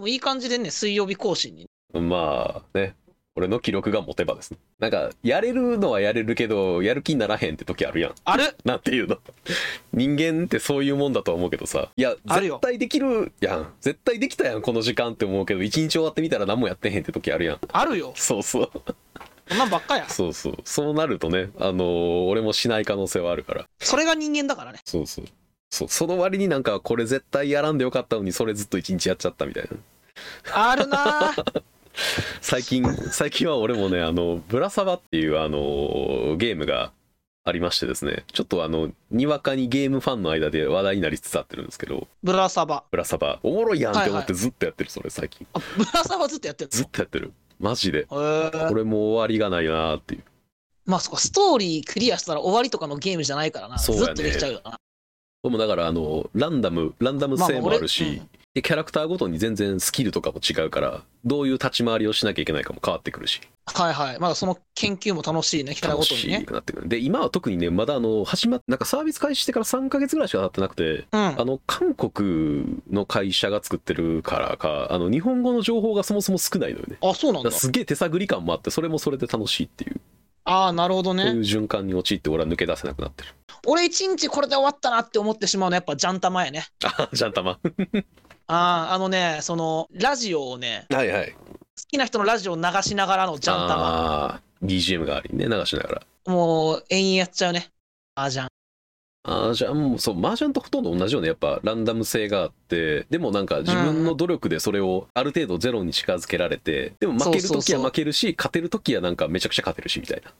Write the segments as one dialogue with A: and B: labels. A: もういい感じでね、水曜日更新に。
B: まあね、俺の記録が持てばですね。なんか、やれるのはやれるけど、やる気にならへんって時あるやん。
A: ある
B: なんていうの 人間ってそういうもんだとは思うけどさ。いや、
A: あるよ
B: 絶対できるやん。絶対できたやん、この時間って思うけど、一日終わってみたら何もやってへんって時あるやん。
A: あるよ。
B: そうそう。
A: こんなんばっかや。
B: そうそう。そうなるとね、あのー俺もしない可能性はあるから。
A: それが人間だからね。
B: そうそう。そうその割になんかこれ絶対やらんでよかったのにそれずっと一日やっちゃったみたいな
A: あるなぁ。
B: 最近最近は俺もねあのブラサバっていうあのゲームがありましてですねちょっとあのにわかにゲームファンの間で話題になりつつあってるんですけど
A: ブラサバ。
B: ブラサバおもろいやんって思
A: はいは
B: ってずっとやってるそれ最近
A: あブラサバずっとやってる
B: ずっとやってるマジで
A: の。へ
B: こ
A: ー
B: れもう終わりがないなーっていう
A: まあそこストーリークリアしたら終わりとかのゲームじゃないからな。
B: そうやね
A: ずっとできちゃうよな。
B: でもだからあのランダムランダム性もあるし、
A: まあまあ俺うん
B: でキャラクターごとに全然スキルとかも違うからどういう立ち回りをしなきゃいけないかも変わってくるし
A: はいはい。まだその研究も楽しいね、キャラご
B: 楽
A: とに
B: し
A: ね。
B: くなってくるで今は特にねまだあの始まっなんかサービス開始してから3ヶ月ぐらいしか経ってなくて
A: うん。
B: あの韓国の会社が作ってるからかあの日本語の情報がそもそも少ないのよね
A: あ、そうな
B: だ
A: ん
B: か
A: だ
B: ら。すげえ手探り感もあってそれもそれで楽しいっていう、
A: ああ、なるほど
B: そういう
A: ね。
B: 循環に陥って俺は抜け出せなくなっ てる
A: 俺一日これで終わったなって思ってしまうのはやっぱジャンタマやね。
B: あジャンタマ
A: ああ、あのね、その、ラジオをね、
B: はいはい
A: 好きな人のラジオを流しながらのジャンタマ。
B: あー BGM がありね流しながら
A: もう、延々やっちゃうね。あージャン。
B: あーじゃあもうそう麻雀とほとんど同じよねやっぱランダム性があってでもなんか自分の努力でそれをある程度ゼロに近づけられてでも負ける
A: そうそう
B: 時
A: そう
B: は負けるし勝てる時はなんかめちゃくちゃ勝てるしみたいな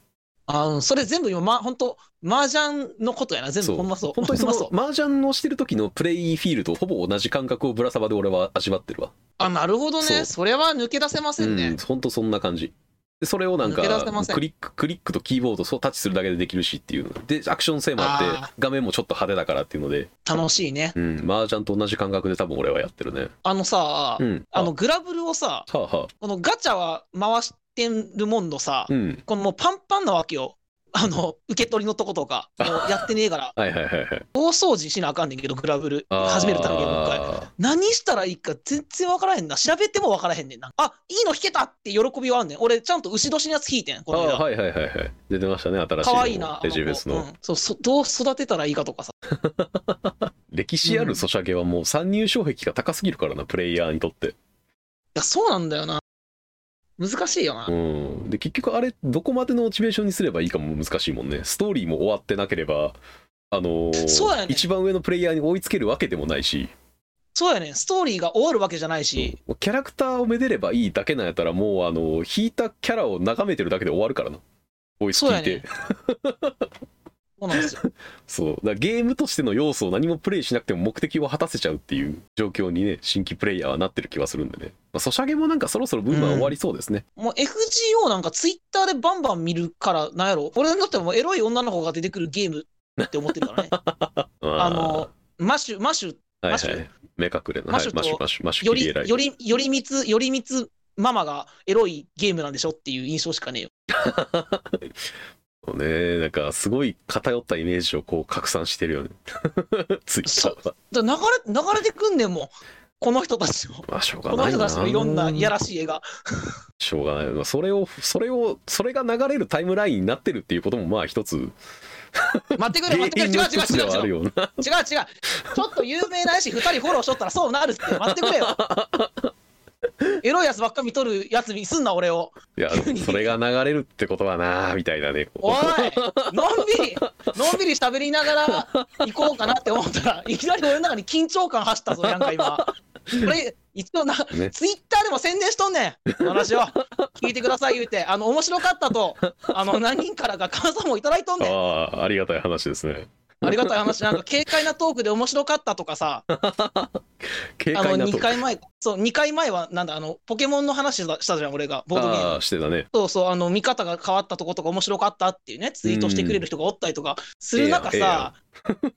A: あーうん、それ全部今、ま、ほんと、麻雀のことやな。全
B: そう
A: 部ほんまそう。
B: 本当にそ
A: ほんまそう。
B: の麻雀をしてる時のプレイフィールドほぼ同じ感覚をぶらさばで俺は味わってるわ
A: あ、なるほど
B: そう
A: ね。それは抜け出せません
B: うん
A: ね。
B: 本当そんな感じでそれをなん
A: 抜
B: か
A: け出せません
B: クリッククリックとキーボードそうタッチするだけでできるしっていうのでアクション性もあっ
A: あ
B: て画面もちょっと派手だからっていうので
A: 楽しいね。
B: うん麻雀と同じ感覚で多分俺はやってるね
A: あのさ、
B: うん
A: あのグラブルをさ、
B: はあはあ
A: このガチャは回してるもんのさ、
B: うん
A: このもうパンパンなわけよ。あの、受け取りのとことか、もうやってねえ から、
B: はいはいはいはい
A: 大掃除しなあかんねんけど、グラブル。
B: あー
A: 始めるためにもう一回。何したらいいか全然分からへんな。調べても分からへんねんな。あ、いいの弾けたって喜びはあんねん。俺、ちゃんと牛年のやつ弾いてん、こ
B: あ
A: の間
B: ーはいはいはいはい出てましたね新しい
A: 可愛いな。
B: レジベス
A: あ
B: の
A: 子うんそうそ。どう育てたらいいかとかさ。
B: 歴史あるソシャゲはもう参入障壁が高すぎるからなプレイヤーにとって
A: いや、そうなんだよな。難しいよな。
B: うん、で結局あれどこまでのモチベーションにすればいいかも難しいもんねストーリーも終わってなければあのー
A: そうやね
B: 一番上のプレイヤーに追いつけるわけでもないし
A: そうやねん。ストーリーが終わるわけじゃないし、
B: もうキャラクターをめでればいいだけなんやったらもうあのー引いたキャラを眺めてるだけで終わるからなボイス
A: そう
B: 聞
A: や
B: い
A: ね
B: て
A: ん。そうなんですよ。
B: そうだからゲームとしての要素を何もプレイしなくても目的を果たせちゃうっていう状況にね新規プレイヤーはなってる気はするんでね、まあ、ソシャゲもなんかそろそろブームは終わりそうですね、
A: もう FGO なんかツイッターでバンバン見るから、なんやろ。俺にとってはもうエロい女の子が出てくるゲームって思ってる からね。
B: ま
A: あの、マシュ、マシュ
B: はい
A: マ
B: は
A: シュ
B: い目隠れの、
A: マ
B: は
A: シュ、
B: い
A: と
B: マシュマシュマシュ
A: よ
B: キリ
A: り
B: エライ、
A: より、よりみつ、よりみつママがエロいゲームなんでしょっていう印象しかねえよ。
B: そうね、なんかすごい偏ったイメージをこう拡散してるよね。 ツイッターは。
A: だから流れ、流れてくんねんもん。この人たちも。
B: まあしょうが
A: こ
B: な
A: の
B: い
A: 人
B: な。
A: たちのいろんなやらしい絵が。
B: しょうがない。まあそれを、それを、それが流れるタイムラインになってるっていうこともまあ一つ、
A: 待ってくれ、
B: 原
A: 待って
B: 因
A: くれ、
B: の
A: 違う違
B: 一つで
A: う違
B: はあ
A: う違う。違う違
B: る
A: う。
B: よな。
A: ちょっと有名ないし、二人フォローしとったらそうなるって。待ってくれ よ。エロいやつばっか見とるやつにすんな、俺を。
B: いや、でもそれが流れるってことはな、みたいなね。
A: おいのんびり、のんびり喋りながら行こうかなって思ったらいきなり俺の中に緊張感走ったぞ、なんか今。これ、一応な、
B: ね
A: ツイッターでも宣伝しとんねん、この話を。聞いてください言うて、あの、面白かったと、あの、何人からか感想もいただいとんねん。
B: ああ、ありがたい話ですね。
A: ありがたい話、なんか軽快なトークで面白かったとかさ、
B: 軽
A: あ
B: 快
A: の、
B: な
A: 2
B: と。
A: 回前、そう、2回前は、なんだ、あの、ポケモンの話したしたじゃん、俺が、ボードゲームの
B: ああ、してたね。
A: そうそう、あの、見方が変わったとことか面白かったっていうね、ツイートしてくれる人がおったりとかする中さ、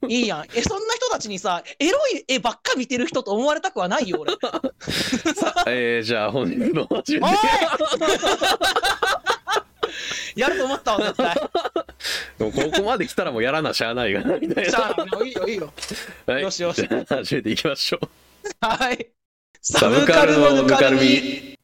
A: いいやん。え、そんな人たちにさ、エロい絵ばっか見てる人と思われたくはないよ、俺。おい
B: えー、じゃあ本日の初めて。
A: やると思ったわ、絶対。
B: でも ここまで来たらもうやらなしゃあないがな、みたい
A: じ
B: な。
A: ゃあ、いいよ、いいよ。
B: はい
A: よしよし
B: じゃあ始めていきましょう。
A: はい。サブカルのぬかるみ。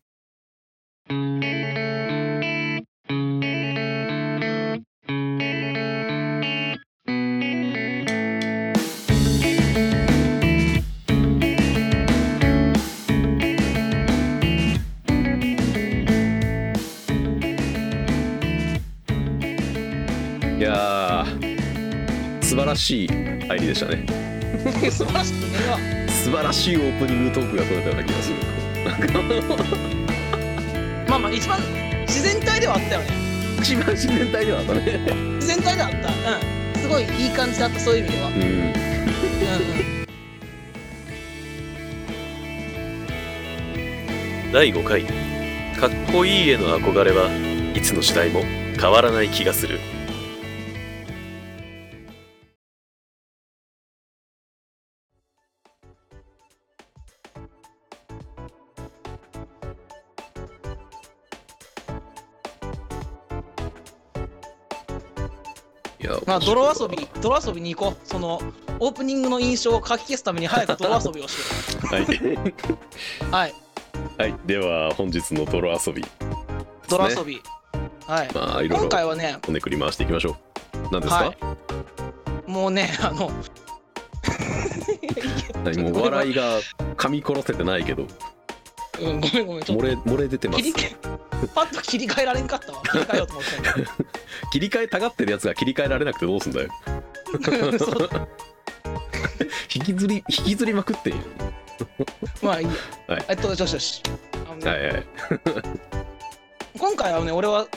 B: いやー素晴らしい入りでしたね
A: 素晴らしいね。
B: 素晴らしいオープニングトークが取れたような気がする
A: まあまあ、一番自然体ではあったよね。
B: 一番自然体ではあったね
A: 自然体ではあった。うん。すごいいい感じだった、そういう意味では。
B: うん
A: うん
B: 第5回かっこいいへの憧れはいつの時代も変わらない気がするいや
A: まあ、泥遊び、泥遊びに行こう。その、オープニングの印象をかき消すために早く泥遊びをしよ
B: はい、
A: う。はい。
B: はい、では本日の泥遊び、
A: 泥遊び。はい。
B: まあいろい
A: 今
B: ろ
A: 回はね、
B: こねくり回していきましょう何ですか、
A: はいもうね、あの、
B: 何もう笑いが噛み殺せてないけど
A: うん、ごめんごめん、ちょっ
B: 漏れ漏れ出てま
A: と
B: す
A: 切り替え、パッと切り替えられんかったわ。切り替えようと思ってたのに。
B: 切り替えたがってるやつが切り替えられなくてどうすんだよ
A: そう
B: 引きずり引きずりまくってんよ
A: まあいいや。
B: はい
A: えっと、よしよしよし。あのね
B: はいはい
A: 今回はね、俺は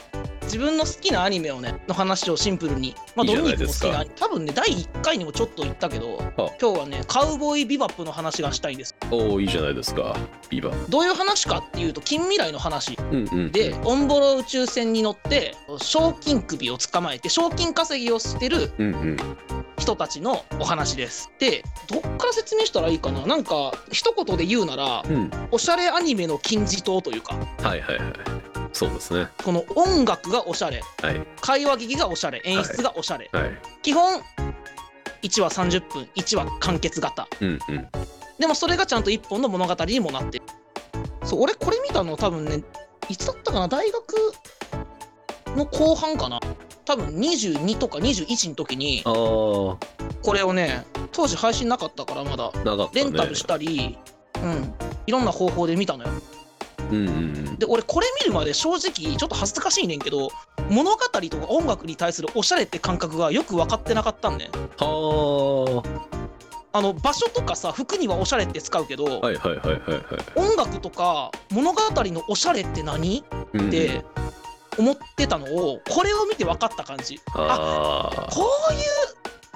A: 自分の好きなアニメをね、の話をシンプルに、まあ、
B: いいじ
A: ド
B: ゃ
A: ミニ
B: ない
A: ク
B: で
A: も好
B: す
A: き
B: か
A: なアニメ、多分ね、第1回にもちょっと言ったけど、今日はね、カウボーイビバップの話がしたいんです。
B: おおいいじゃないですかビバ
A: どういう話かっていうと、近未来の話
B: うんうん
A: で、オンボロ宇宙船に乗って、賞金首を捕まえて、賞金稼ぎをしてる
B: うんうん
A: 人たちのお話です。で、どっから説明したらいいかななんか、一言で言うなら、
B: うん
A: おしゃれアニメの金字塔というか、
B: はいはいはいそうですね
A: この音楽がおしゃれ、
B: はい
A: 会話劇がおしゃれ、演出がおしゃれ。
B: はい
A: 基本、1話30分、1話完結型。
B: うんうん
A: でもそれがちゃんと1本の物語にもなってる。そう、俺これ見たの多分ね、いつだったかな大学の後半かな多分22とか21の時に、
B: あ
A: これをね、当時配信なかったからまだ、
B: あなかったね
A: レンタルしたり、うん、いろんな方法で見たのよ。
B: うんうん
A: で、俺、これ見るまで正直、ちょっと恥ずかしいねんけど、物語とか音楽に対するおしゃれって感覚がよく分かってなかったんね。
B: は
A: あの、場所とかさ、服にはおしゃれって使うけど、
B: あはいはいはいはいはい
A: 音楽とか物語のおしゃれって何っ
B: うん
A: て思ってたのを、これを見て分かった感じ。
B: あ
A: こうい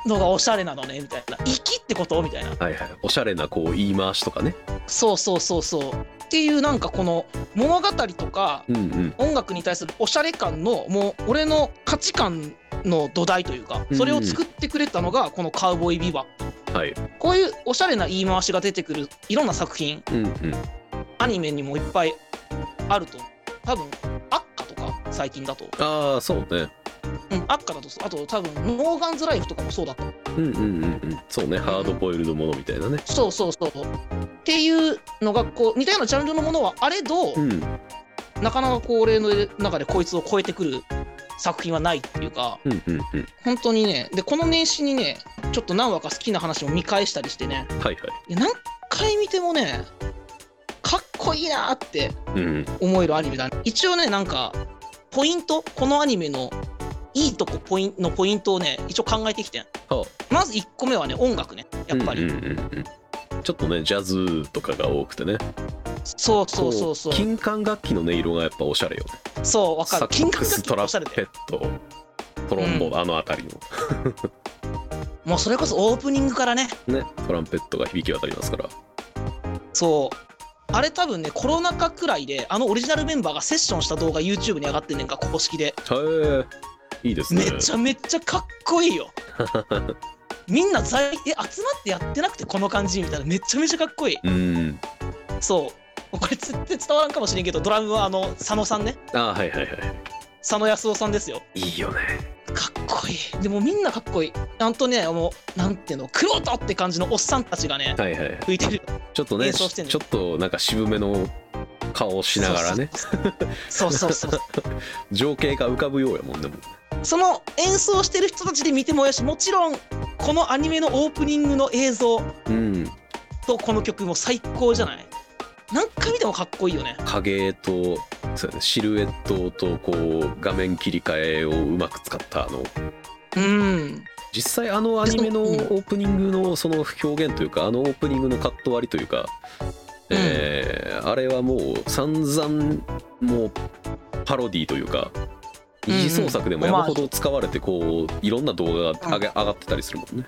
A: うのがおしゃれなのね、みたいな。粋ってことみたいな。
B: あはいはいおしゃれなこう言い回しとかね
A: そうそうそうそう。っていう、なんかこの物語とか、
B: うんうん
A: 音楽に対するおしゃれ感のもう俺の価値観の土台というか
B: うん
A: それを作ってくれたのがこの「カウボーイビバ」
B: はい
A: こういうおしゃれな言い回しが出てくるいろんな作品
B: うんうん
A: アニメにもいっぱいあると多分「アッカ」とか最近だと「
B: ああそうね
A: うん、アッカ」だとあと多分「ノーガンズライフ」とかもそうだった
B: うんうんうんうんそうねハードボイルドものみたいなね
A: そうそうそうっていうのがこう似たようなジャンルのものはあれど、
B: うん
A: なかなかこう俺の中でこいつを超えてくる作品はないっていうか
B: うんうんうん
A: 本当にねでこの年始にねちょっと何話か好きな話を見返したりしてね
B: はい
A: いや何回見てもねかっこいいなーって
B: はいうん
A: 思えるアニメだ、ね、一応ねなんかポイントこのアニメのいいとこポインのポイントをね一応考えてきてん
B: は
A: まず1個目はね音楽ねやっぱり、
B: うんうんうんうんちょっとねジャズとかが多くてね
A: そうそうそうそう
B: こ金管楽器の音色がやっぱおしゃれよね
A: そうわ
B: サ
A: か
B: ッ
A: る金
B: ク
A: 管楽
B: ス
A: 器
B: ト
A: って
B: ラ
A: おしゃれだ
B: ペ
A: よ
B: ットトロンボーン、あの辺り
A: もうそれこそオープニングからね
B: のねトランペットが響き渡りますから
A: そうあれ多分ねコロナ禍くらいであのオリジナルメンバーがセッションした動画 YouTube に上がってんねんか公式で
B: へえいいですね
A: めちゃめちゃかっこいい よみんな在え集まってやってなくてこの感じみたいなめちゃめちゃかっこいい
B: うん
A: そうこれ絶対伝わらんかもしれんけどドラムはあの佐野さんね
B: あはいはいは
A: 佐野康夫さんですよ
B: いいいよね
A: かっこいいでもみんなかっこいいちゃんとねもうなんていうのクロートって感じのおっさんたちがね
B: はいはいはい
A: 吹いてる
B: ちょっとね
A: 演奏してんの
B: ちょっとなんか渋めの顔をしながらね
A: そうそうそう そう
B: 情景が浮かぶようやもんねもう
A: その演奏してる人たちで見てもよしもちろんこのアニメのオープニングの映像
B: うん
A: とこの曲も最高じゃない何回見てもかっこいいよね
B: 影とそうやねシルエットとこう画面切り替えをうまく使ったあの
A: うん
B: 実際あのアニメのオープニングのその表現というかあのオープニングのカット割りというか、えーあれはもう散々もうパロディーというか
A: うんうん
B: 二次創作でも山ほど使われてこういろんな動画が上げ上がってたりするもんね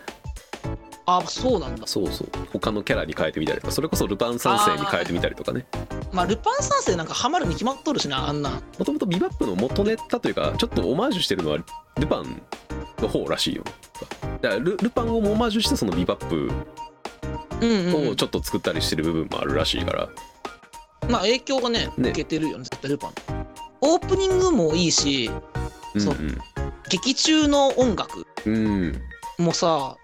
A: あそうなんだ
B: そうそう他のキャラに変えてみたりとかそれこそルパン三世に変えてみたりとかね
A: まあルパン三世なんかハマるに決まっとるしなあんなん
B: もともとビバップの元ネタというかちょっとオマージュしてるのはルパンの方らしいよだからルルパンをオマージュしてそのビバップ
A: うんうん
B: をちょっと作ったりしてる部分もあるらしいから、
A: まあ影響がね
B: ね
A: 受けてるよね絶対ルパンオープニングもいいし
B: うん、
A: そう劇中の音楽
B: うん
A: もさ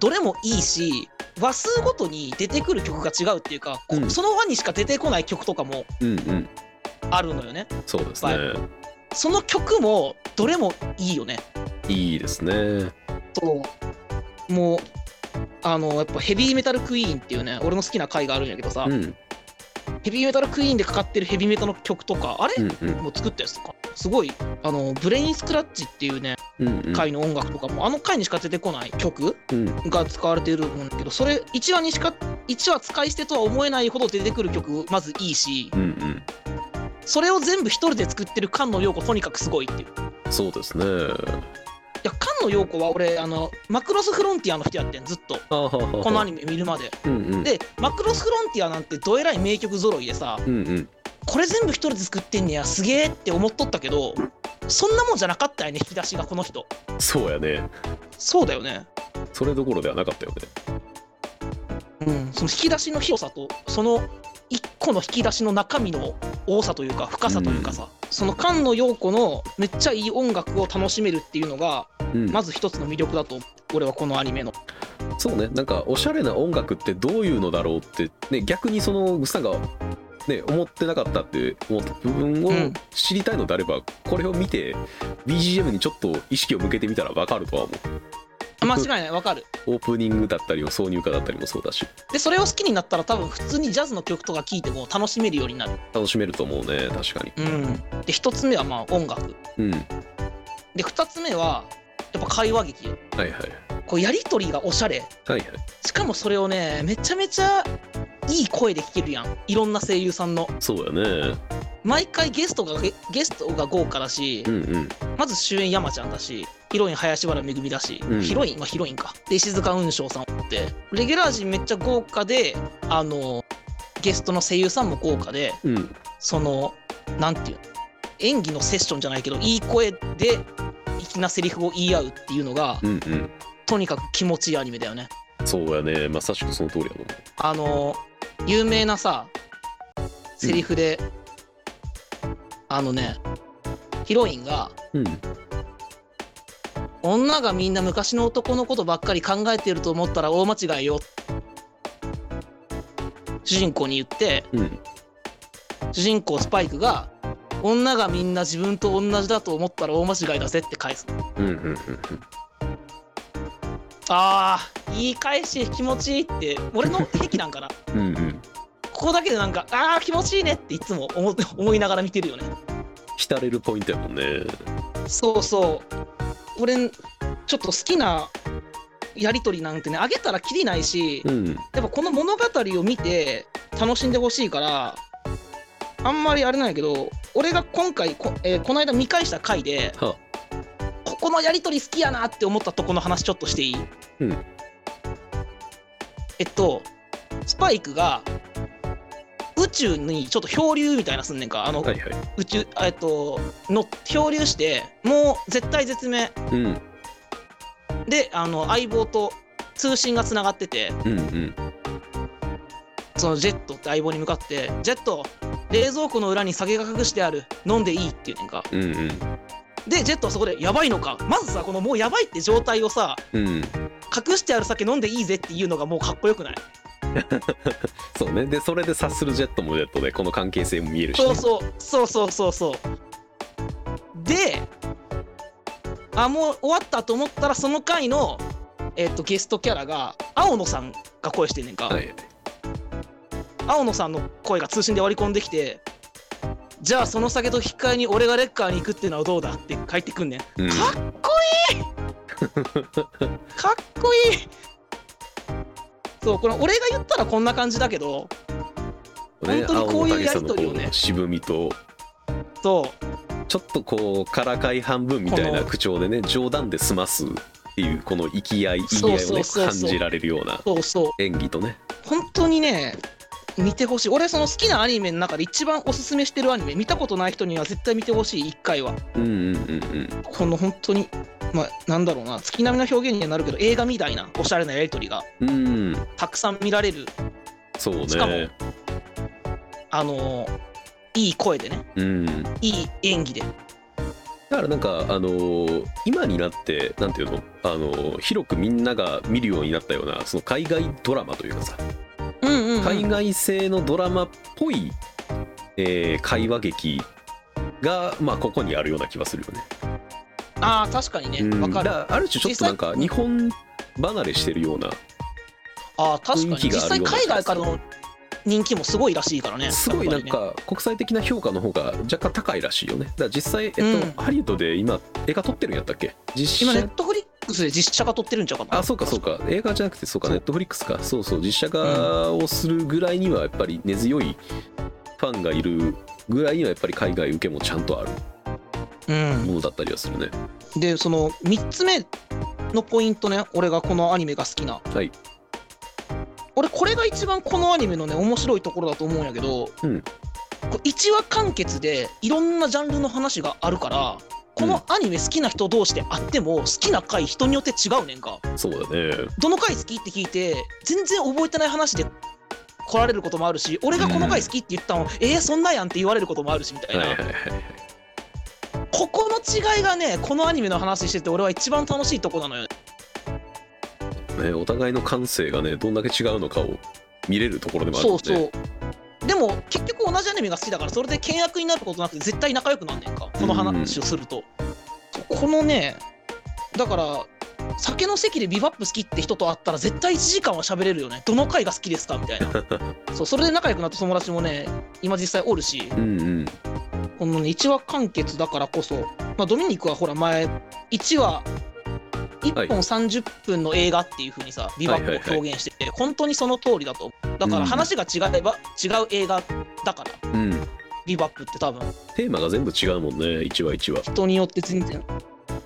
A: どれもいいし話数ごとに出てくる曲が違うっていうか、こ
B: うん
A: その輪にしか出てこない曲とかも
B: うんうん
A: あるのよね
B: そうですね、
A: その曲もどれもいいよね
B: い、いですね
A: そうもうあのやっぱヘビーメタルクイーンっていうね俺の好きな回があるんやけどさ、
B: うん
A: ヘビーメタルクイーンでかかってるヘビーメタの曲とかあれ、
B: うんうん
A: もう作ったやつとかすごいあのブレインスクラッチっていうね
B: うんうん
A: 回の音楽とかも、あの回にしか出てこない曲
B: うん
A: が使われてるもんだけどそれ1話にしか1話使い捨てとは思えないほど出てくる曲まずいいし
B: うんうん
A: それを全部一人で作ってる菅野陽子とにかくすごいっていうい
B: そうですね
A: や菅野陽子は俺あのマクロスフロンティアの人やってんずっと
B: あははは
A: このアニメ見るまで
B: うんうん
A: でマクロスフロンティアなんてどえらい名曲ぞろいでさ
B: うんうん
A: これ全部一人で作ってんねやすげえって思っとったけどそんなもんじゃなかったよね引き出しがこの人
B: そうやね
A: そうだよね
B: それどころではなかったよね
A: うんその引き出しの広さとその一個の引き出しの中身の多さというか深さというかさ、その菅野陽子のめっちゃいい音楽を楽しめるっていうのが
B: うん
A: まず一つの魅力だと俺はこのアニメ の
B: そうねなんかおしゃれな音楽ってどういうのだろうって、ね、逆にそのグさんが、ね、思ってなかったって思った部分を
A: うん
B: 知りたいのであれば、これを見て BGM にちょっと意識を向けてみたら分かるとは思
A: 間違いないわかる
B: うオープニングだったりも挿入歌だったりもそうだし
A: でそれを好きになったら多分普通にジャズの曲とか聴いても楽しめるようになる
B: 楽しめると思うね確かに
A: うんで一つ目はまあ音楽
B: うん
A: で二つ目はやっぱ会話劇
B: はいはい
A: こうやり取りがおしゃれ
B: はいはい
A: しかもそれをねめちゃめちゃいい声で聞けるやんいろんな声優さんの
B: そうやね
A: 毎回ゲストがゲゲストが豪華だし、
B: うんうん
A: まず主演山ちゃんだしヒロイン林原めぐみだし、
B: うん
A: ヒロインはヒロインかで石塚雲翔さんおってレギュラー陣めっちゃ豪華であのゲストの声優さんも豪華で
B: うん
A: そのなんていうの演技のセッションじゃないけどいい声で粋なセリフを言い合うっていうのが
B: うんうん
A: とにかく気持ちいいアニメだよね
B: そうやねまさしくその通りやもんね
A: あの有名なさセリフで、あのねヒロインが
B: うん
A: 「女がみんな昔の男のことばっかり考えてると思ったら大間違いよ」主人公に言って
B: うん
A: 主人公スパイクが「女がみんな自分と同じだと思ったら大間違いだぜ」って返す
B: うんうんうん
A: あーいい返し気持ちいいって俺の癖なん かな
B: うんうんうん
A: ここだけでなんか「あー気持ちいいね」っていつも思思いながら見てるよね
B: 浸れるポイントやもんね
A: そうそう俺ちょっと好きなやり取りなんてねあげたらきりないし
B: うん
A: やっぱこの物語を見て楽しんでほしいからあんまりあれなんやけど俺が今回こ,、えーこの間見返した回で
B: は
A: ここのやり取り好きやなって思ったとこの話ちょっとしていい、
B: うん
A: えっとスパイクが宇宙にちょっと漂流みたいなすんねんかあの、
B: はいはい
A: 宇宙えっとの漂流してもう絶対絶命
B: うん
A: であの相棒と通信がつながってて
B: うんうん
A: そのジェットって相棒に向かって「ジェット冷蔵庫の裏に酒が隠してある飲んでいい」って言うねんか
B: うんうん
A: でジェットはそこでやばいのかまずさこのもうやばいって状態をさ
B: うん
A: 隠してある酒飲んでいいぜっていうのがもうかっこよくない
B: そうねでそれで察するジェットもジェットでこの関係性も見えるしね、
A: そうそうそうそうそうそうであもう終わったと思ったらその回の、えっとゲストキャラが青野さんが声してんねんか、
B: はい、
A: 青野さんの声が通信で割り込んできてじゃあその酒と引き換えに俺がレッカーに行くってのはどうだって帰ってくんねん
B: うん、
A: かっこいい かっこいいそうこれ俺が言ったらこんな感じだけど
B: ね
A: 本当にこういうやりとりをね
B: 青野武さんのこう渋みと
A: そ
B: ちょっとこうからかい半分みたい
A: こ
B: な
A: の
B: 口調でね冗談で済ますっていうこの行き合い意味合い
A: そう
B: を
A: そう
B: ね
A: そうそう
B: 感じられるような
A: うそうそう
B: 演技とね
A: 本当にね見てほしい俺その好きなアニメの中で一番おすすめしてるアニメ見たことない人には絶対見てほしい1回は
B: うんうんうん
A: この本当にまあなんだろうな月並みな表現にはなるけど映画みたいなおしゃれなやりとりが
B: うんうん
A: たくさん見られる
B: そうね
A: しかもあのーいい声でね
B: うんだ
A: いい演技で
B: からなんかあのー今になってなんていうのあのー広くみんなが見るようになったようなその海外ドラマというかさ
A: うんうん、うん、
B: 海外製のドラマっぽい、えー会話劇がまあここにあるような気はするよね。
A: ああ確かにね
B: うん
A: わかる
B: だらある種ちょっとなんか
A: 実際
B: 日本離れしてるような
A: ああ確か
B: 雰囲
A: に
B: 気
A: 実
B: が
A: 際
B: あるような
A: 海外からの人気もすごいらしいからね
B: すごい
A: や
B: な
A: っ
B: ん
A: ぱりね
B: か国際的な評価の方が若干高いらしいよね。だから実際、えっと
A: うん
B: ハリウッドで今映画撮ってるんやったっけ実
A: 今ネッ
B: 写
A: トフリックスで実写化撮ってるんちゃうかな
B: あそうかそうか映画じゃなくてそうか
A: そう
B: ネットフリックスかそうそう実写化をするぐらいにはやっぱり根強いファンがいるぐらいにはやっぱり海外受けもちゃんとある
A: うん
B: ものだったりはするね。
A: でその3つ目のポイントね俺がこのアニメが好きな
B: はい
A: 俺これが一番このアニメのね面白いところだと思うんやけど、
B: うん
A: これ1話完結でいろんなジャンルの話があるからこのアニメ好きな人同士であっても好きな回人によって違うねんか
B: そうだね。
A: どの回好きって聞いて全然覚えてない話で来られることもあるし俺がこの回好きって言ったの、えー、そんなんやんって言われることもあるしみたいな、
B: はいはいはい。
A: ここの違いがねこのアニメの話してて俺は一番楽しいとこなのよ
B: ね、お互いの感性がねどんだけ違うのかを見れるところでもある
A: そ
B: の
A: う
B: で、
A: そうでも結局同じアニメが好きだからそれで険悪になることなくて絶対仲良くなんねんかこの話をすると、このねだから酒の席でビバップ好きって人と会ったら絶対1時間は喋れるよねどの回が好きですかみたいなそうそれで仲良くなった友達もね今実際おるし
B: うんうん
A: この、ね、1話完結だからこそ、まあ、ドミニクはほら前1話1本30分の映画っていう風にさ、ビバップを表現してて、本当にその通りだと思うだか
B: うん
A: ら話が違えば、違う映画だから
B: うん
A: ビバップって多分
B: テーマが全部違うもんね一話一話
A: 人によって全然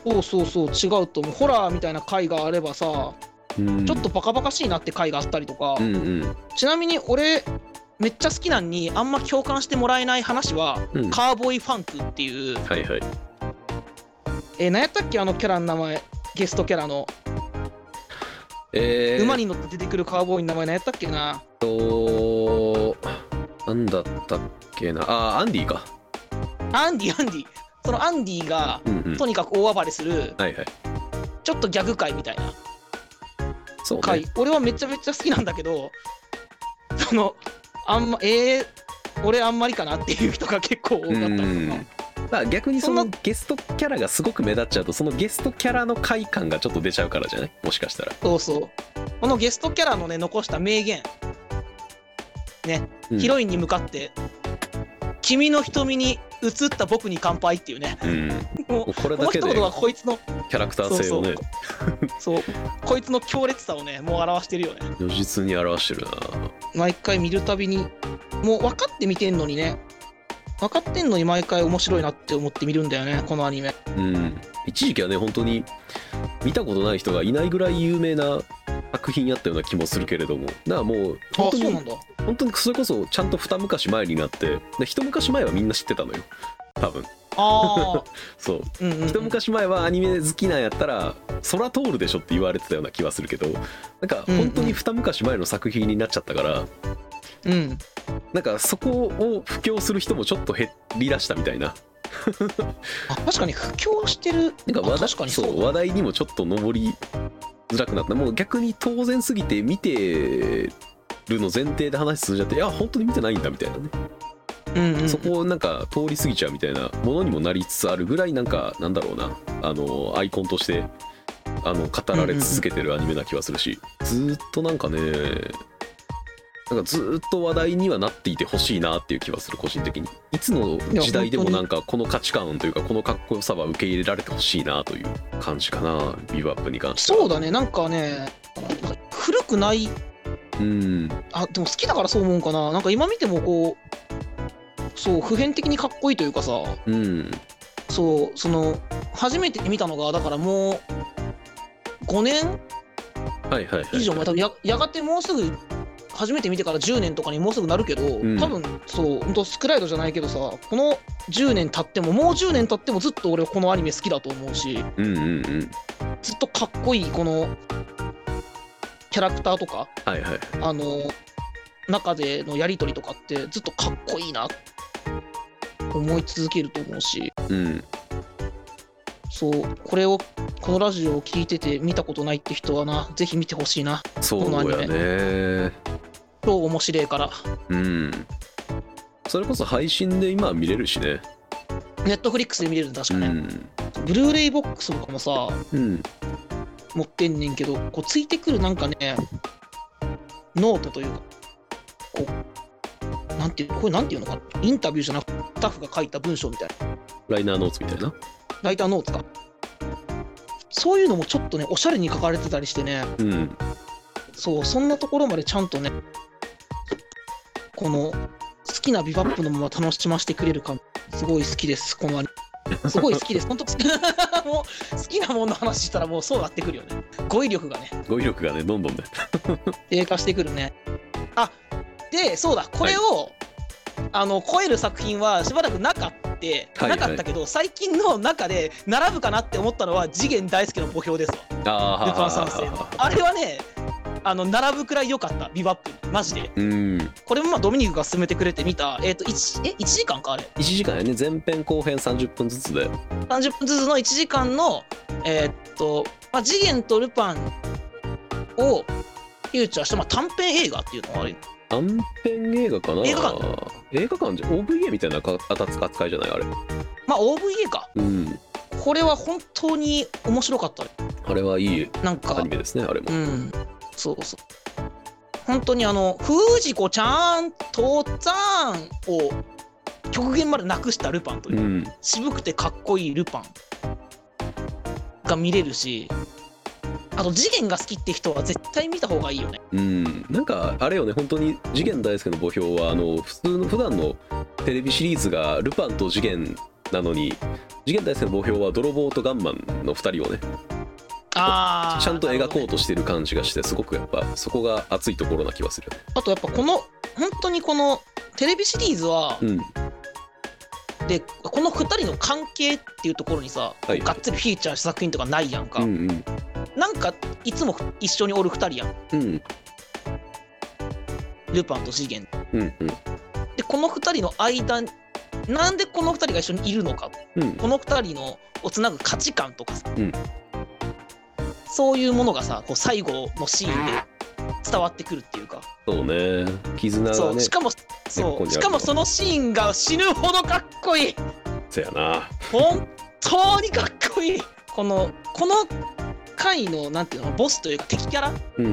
A: そうそうそう違うと思うホラーみたいな回があればさ
B: うん
A: ちょっとバカバカしいなって回があったりとか、
B: うんうん
A: ちなみに俺めっちゃ好きなんにあんま共感してもらえない話は、
B: うん
A: カーボーイファンクっていう
B: はいはい
A: えー、何やったっけあのキャラの名前ゲストキャラの、
B: えー、
A: 馬に乗って出てくるカウボーイの名前何やったっけな
B: えっとなんだったっけなあーアンディか
A: アンディアンディそのアンディが
B: うんうん
A: とにかく大暴れする
B: はいはい
A: ちょっとギャグ界みたいな
B: そう
A: 回、
B: ね
A: 俺はめちゃめちゃ好きなんだけどそのあんまえー、俺あんまりかなっていう人が結構多かったり
B: うん
A: とか
B: まあ逆にその
A: そん
B: ゲストキャラがすごく目立っちゃうとそのゲストキャラの快感がちょっと出ちゃうからじゃないもしかしたら
A: そうそうこのゲストキャラのね残した名言
B: うん
A: ヒロインに向かって「君の瞳に映った僕に乾杯」っていうね
B: うん
A: も
B: こ
A: こ
B: れだ
A: の
B: け
A: 一
B: で
A: 言はこいつの
B: キャラクター性をね
A: そう、こいつの強烈さをね、もう表してるよね。
B: 如実に表してるな
A: 毎回見るたびに、もう分かって見てんのにね、分かってんのに毎回面白いなって思って見るんだよね、このアニメ。
B: うん、一時期はね本当に見たことない人がいないぐらい有名な作品やったような気もするけれどもだからもう
A: あ
B: 本、当
A: そうな
B: に
A: んだ。
B: 本当にそれこそちゃんと二昔前になってで一昔前はみんな知ってたのよ多分
A: ああ、
B: そう
A: うんうん、うん。
B: 一昔前はアニメ好きなんやったら「空通るでしょ」って言われてたような気はするけどなんか本当に二昔前の作品になっちゃったから
A: うん。
B: なんかそこを布教する人もちょっと減りだしたみたいな
A: あ確かに布教してる
B: なんか
A: あ
B: 話題
A: 確かに
B: そう
A: そう
B: 話題にもちょっと上りづらくなったもう逆に当然すぎて見てるの前提で話通じちゃっていや本当に見てないんだみたいなね、
A: うんうん
B: そこをなんか通り過ぎちゃうみたいなものにもなりつつあるぐらいなんかなんだろうなあのアイコンとしてあの語られ続けてるアニメな気はするし、ずーっとなんかねなんかずーっと話題にはなっていてほしいなっていう気はする個人的にいつの時代でもなんかこの価値観というかこのかっこよさは受け入れられてほしいなという感じかなビバップに関しては
A: そうだねなんかねなんか古くない
B: うん
A: あでも好きだからそう思うんかななんか今見てもこうそう普遍的にかっこいいというかさ
B: うん
A: そうその初めて見たのがだからもう5年
B: はいはいはい
A: 以上前多分ややがてもうすぐ初めて見てから10年とかにもうすぐなるけど、
B: ん
A: 多分そうほんとスクライドじゃないけどさこの10年経ってももう10年経ってもずっと俺このアニメ好きだと思うし
B: うんうんうん
A: ずっとかっこいいこのキャラクターとか
B: はいはい
A: あの中でのやり取りとかってずっとかっこいいな思い続けると思うし
B: うん
A: そうこれをこのラジオを聞いてて見たことないって人はなぜひ見てほしいな
B: そうやね
A: 超面白いから
B: うんそれこそ配信で今は見れるしね
A: ネットフリックスで見れるんだ
B: う
A: 確かね、
B: ん
A: ブルーレイボックスとかもさ
B: うん
A: 持ってんねんけどこうついてくるなんかねノートというかこうなんていうこれなんていうのかなインタビューじゃなくてスタッフが書いた文章みたいな
B: ライナーノーツみたいな
A: ライターノーツか。そういうのもちょっとね、おしゃれに書かれてたりしてね、
B: うん
A: そう、そんなところまでちゃんとね、この好きなビバップのまま楽しませてくれる感、すごい好きです、このアニメ。すごい好 きです、 本当もう好きなものの話したらもうそうなってくるよね。語彙力がね、
B: 語彙力がねどんどんね
A: 低下してくるね。あで、そうだ、これを、あの超える作品はしばらくなかった。
B: はいは
A: ないかったけど、最近の中で並ぶかなって思ったのは次元大好きの墓標ですわ
B: あ
A: ルパン三世のあれはねあの並ぶくらい良かったビバップマジで
B: うん
A: これもまあドミニクが勧めてくれて見たえっ、と 1, え1時間かあれ
B: 1時間やね前編後編30分ずつで
A: 30分ずつの1時間のえーっと、まあ、次元とルパンをフューチャーした、まあ、短編映画っていうのがあれ
B: 短編映画かな
A: 映画
B: 映画館じゃ OVA みたいなかあたつ扱いじゃないあれ
A: まあ OVA か
B: うん
A: これは本当に面白かったね
B: あれはいい
A: なんか
B: アニメですねあれも
A: うん、そうそう。本当にあの、藤子ちゃん、父ちゃんを極限までなくしたルパンというう、
B: ん
A: 渋くてかっこいいルパンが見れるし、あと次元が好きって人は絶対見た方がいいよね。
B: うんなんかあれよね本当に次元大輔の墓標はあの普通の普段のテレビシリーズがルパンと次元なのに次元大輔の墓標は泥棒とガンマンの2人をね
A: あー
B: ちゃんと描こう
A: なるほどね
B: としてる感じがしてすごくやっぱそこが熱いところな気はする
A: あとやっぱこの、本当にこのテレビシリーズは、
B: うん
A: で、この2人の関係っていうところにさ、
B: はい
A: がっつりフィーチャーした作品とかないやんか。
B: うんうん
A: なんかいつも一緒におる2人やん。
B: うん
A: ルパンと次元
B: うん
A: でこの2人の間になんでこの2人が一緒にいるのか
B: うん
A: この2人のをつなぐ価値観とかさ、
B: うん
A: そういうものがさこう最後のシーンで伝わってくるっていうか、
B: そうね絆
A: そ
B: が
A: う
B: ね
A: しかも
B: ここ
A: そ
B: にある
A: うしかもそのシーンが死ぬほどかっこいい
B: せやな
A: 本当にかっこいいこのこの回のなんていうのボスというか敵キャラ
B: うんう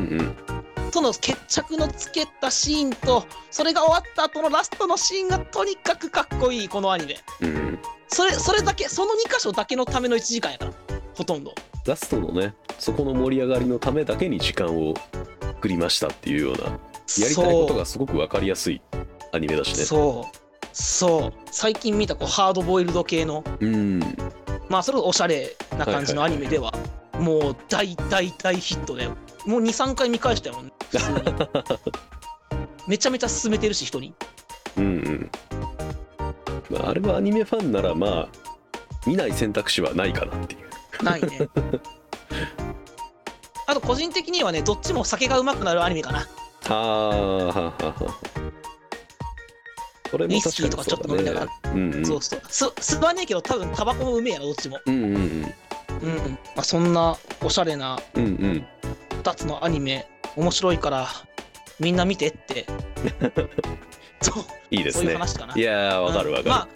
B: ん
A: との決着のつけたシーンとそれが終わった後のラストのシーンがとにかくかっこいいこのアニメ
B: うん
A: それそれだけその2箇所だけのための1時間やからほとんど
B: ラストのねそこの盛り上がりのためだけに時間を作りましたっていうようなやりたいことがすごく分かりやすいアニメだしね
A: そうそうそう最近見たこうハードボイルド系の
B: うん
A: まあそれこそおしゃれな感じのアニメでは、もう大大大ヒットでもう23回見返したもんね普通にめちゃめちゃ勧めてるし人に
B: うんうんまああれはアニメファンならまあ見ない選択肢はないかなっていう
A: ないねあと個人的にはねどっちも酒がうまくなるアニメかな
B: はあはあはあはあそれ
A: ウ
B: も
A: イス
B: 確
A: キーとか
B: かにそう
A: ち
B: だね
A: ょっと飲みなが
B: うんうん
A: そうそう。す吸わねえけど、多分タバコもうめえやろ、どっちも。
B: うんうんうん
A: うんうん。まあ、そんなおしゃれな
B: うんうん
A: 2つのアニメ、面白いから、みんな見てって。そう、
B: いいで
A: そ
B: す
A: ういう
B: ね
A: 話かな。
B: いやーわかるわかる、
A: まあ、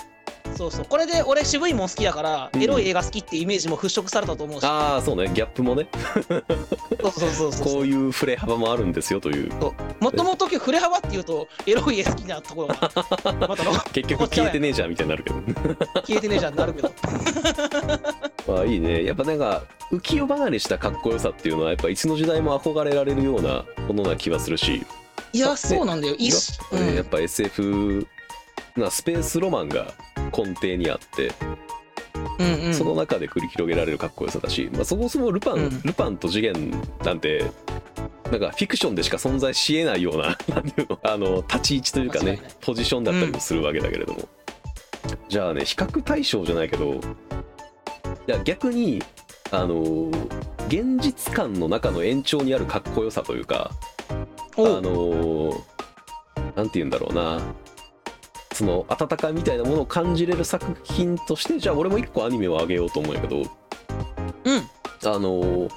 A: そうそう。これで俺、渋いもん好きだから、
B: うん
A: エロい映画好きってイメージも払拭されたと思うし。
B: ああそうねギャップもね
A: そうそうそうそう
B: こういう触れ幅もあるんですよという
A: もともと振れ幅っていうと、エロい絵好きなところ が、またの
B: 結局消えてねえじゃんみたいになるけど
A: 消えてねえじゃんなるけど。
B: まあいいねやっぱなんか浮世離れしたかっこよさっていうのはやっぱいつの時代も憧れられるようなものな気はするし、
A: いや、そうなんだよ。いいし、う
B: や
A: ん、
B: っぱ SF なスペースロマンが根底にあって、
A: うん、うん。
B: その中で繰り広げられるかっこよさだし、まあ、そもそもルパン、
A: うん
B: ルパンと次元なんてなんかフィクションでしか存在しえないような なんていうのあの立ち位置という
A: 間
B: か
A: 違
B: ね
A: いない
B: ポジションだったりもするわけだけれども、じゃあね比較対象じゃないけどいや逆にあの現実感の中の延長にあるかっこよさというかあ
A: おう
B: のなんて言うんだろうなその温かみみたいなものを感じれる作品としてじゃあ俺も一個アニメをあげようと思うんやけど
A: うん。
B: あの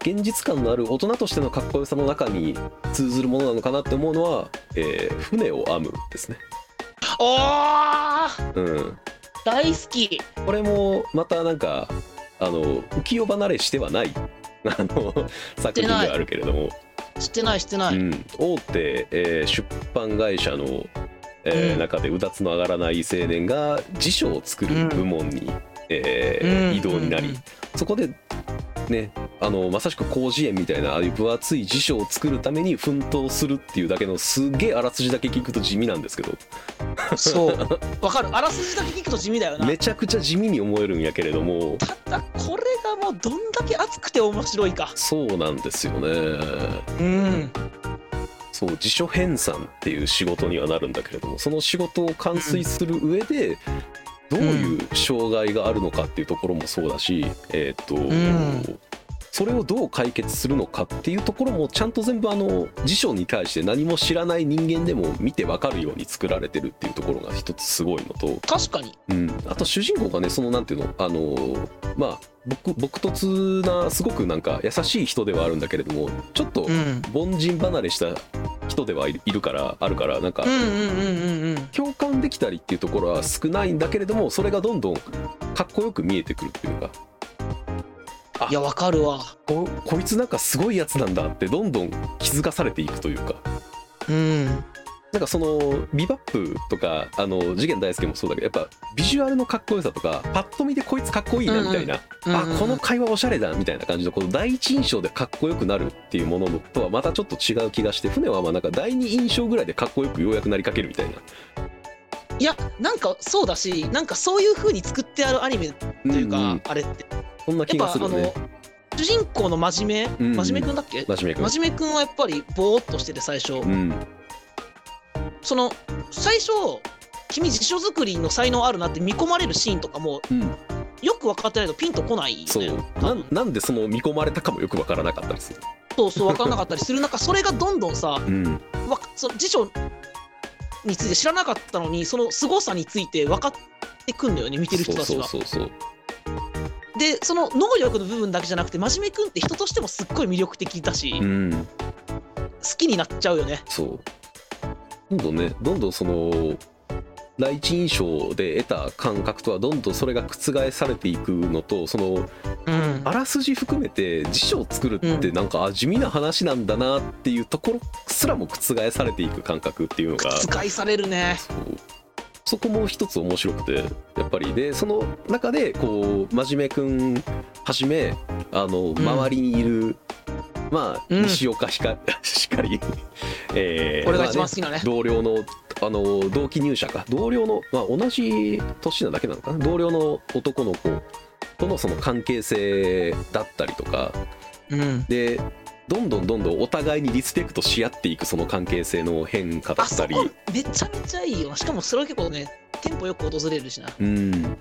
B: 現実感のある大人としてのかっこよさの中に通ずるものなのかなって思うのは「えー船を編む」ですね、
A: おー
B: うん、
A: 大好き。
B: これもまたなんかあの浮世離れしてはないあの作品ではあるけれども、
A: 知ってない、知ってない。
B: うん、大手、えー出版会社の、えー
A: うん
B: 中でうだつの上がらない青年が辞書を作る部門に、えー
A: うん
B: 移動になり、
A: うん
B: そこでねあのまさしく広辞苑みたいなああいう分厚い辞書を作るために奮闘するっていうだけのすげえあらすじだけ聞くと地味なんですけど
A: そう。 わかる。あらすじだけ聞くと地味だよな。
B: めちゃくちゃ地味に思えるんやけれども
A: ただ、これがもうどんだけ熱くて面白いか。
B: そうなんですよね
A: うん。
B: そう辞書編纂っていう仕事にはなるんだけれどもその仕事を完遂する上でどういう障害があるのかっていうところもそうだし、えーっと、
A: ん
B: それをどう解決するのかっていうところもちゃんと全部あの辞書に対して何も知らない人間でも見てわかるように作られてるっていうところが一つすごいのと、
A: 確かに。
B: うん、あと主人公がねそのなんていうのあのまあ僕僕とつなすごくなんか優しい人ではあるんだけれどもちょっと、
A: うん。
B: 凡人離れした人ではいいるからあるからなんか
A: うんうんうんうんうん。
B: 共感できたりっていうところは少ないんだけれどもそれがどんどんかっこよく見えてくるっていうか
A: いや、わかるわ。
B: ここいつなんかすごいやつなんだってどんどん気づかされていくというか
A: うん。
B: なんかそのビバップとかあの次元大輔もそうだけどやっぱビジュアルのかっこよさとかパッと見でこいつかっこいいなみたいな、あこの会話おしゃれだみたいな感じのこの第一印象でかっこよくなるっていうものとはまたちょっと違う気がして船はまあなんか第二印象ぐらいでかっこよくようやくなりかけるみたいない
A: や、なんかそうだし、なんかそういう風に作ってあるアニメというか、
B: んん
A: あれって。
B: そんな気
A: や
B: が
A: っぱ
B: す
A: あ
B: る
A: の
B: ね
A: 主人公の真面
B: うんう
A: 目
B: ん
A: 真面目くんだっけ、
B: 真面目
A: 真面目くんはやっぱりぼーっとしてて最初、
B: 君うん
A: その最初君辞書作りの才能あるなって見込まれるシーンとかも
B: うん
A: よく分かってないとピンとこないよね
B: そう
A: 多
B: な
A: 分
B: なんでその見込まれたかもよくわからなかったでする
A: そうそう分からなかったりする中それがどんどんさわ
B: うん
A: その辞書について知らなかったのにその凄さについて分かってくんだよね見てる人たち
B: そう
A: が
B: そうそうそう
A: でその能力の部分だけじゃなくて真面目くんって人としてもすっごい魅力的だし、
B: う
A: 好
B: ん
A: きになっちゃうよね
B: そうどんどんねどんどんその第一印象で得た感覚とはどんどんそれが覆されていくのとその
A: うん
B: あらすじ含めて辞書を作るってなんかあ地味な話なんだなっていうところすらも覆されていく感覚っていうのが
A: 使いされるね
B: そうそこも一つ面白くてやっぱりでその中でこう真面目くんはじめあの周りにいる、まあ
A: うん
B: 西岡ひか しかり、えー
A: 俺が
B: まあ
A: 一
B: ね
A: 番好きなね
B: 同僚のあの同期入社か同僚の、まあ、同じ年なだけなのかな同僚の男の子とのその関係性だったりとか
A: うん
B: でどんどんどんどんお互いにリスペクトし合っていくその関係性の変化だ
A: あ
B: った
A: そ
B: り
A: こ。めちゃめちゃいいよしかもそれは結構ねテンポよく訪れるしな
B: うん、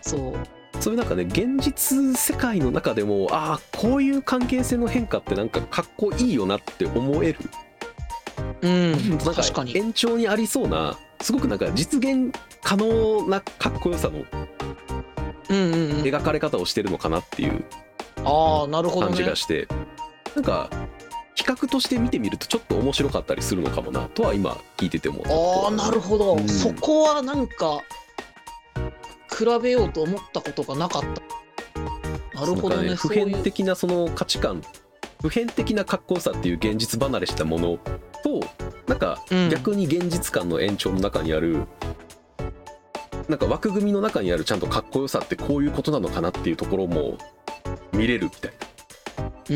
A: そう
B: そういうなんかね現実世界の中でもああこういう関係性の変化ってなんかかっこいいよなって思える
A: うん、
B: なんか
A: 確かに。
B: 延長にありそうなすごくなんか実現可能なかっこよさの
A: うんうんうん、
B: 描かれ方をしてるのかなっていう
A: ああ、なるほど、
B: 感
A: ね。
B: じがして、なんか比較として見てみるとちょっと面白かったりするのかもなとは今聞いてて思ったとこ
A: あ
B: ろ
A: あなるほど、
B: うん
A: そこはなんか比べようと思ったことがなかったなるほどね
B: なんか
A: そ
B: 普
A: ういう
B: 遍的なその価値観普遍的なかっこよさっていう現実離れしたものとなんか
A: うん
B: 逆に現実感の延長の中にある、なんか枠組みの中にあるちゃんとかっこよさってこういうことなのかなっていうところも見れるみたい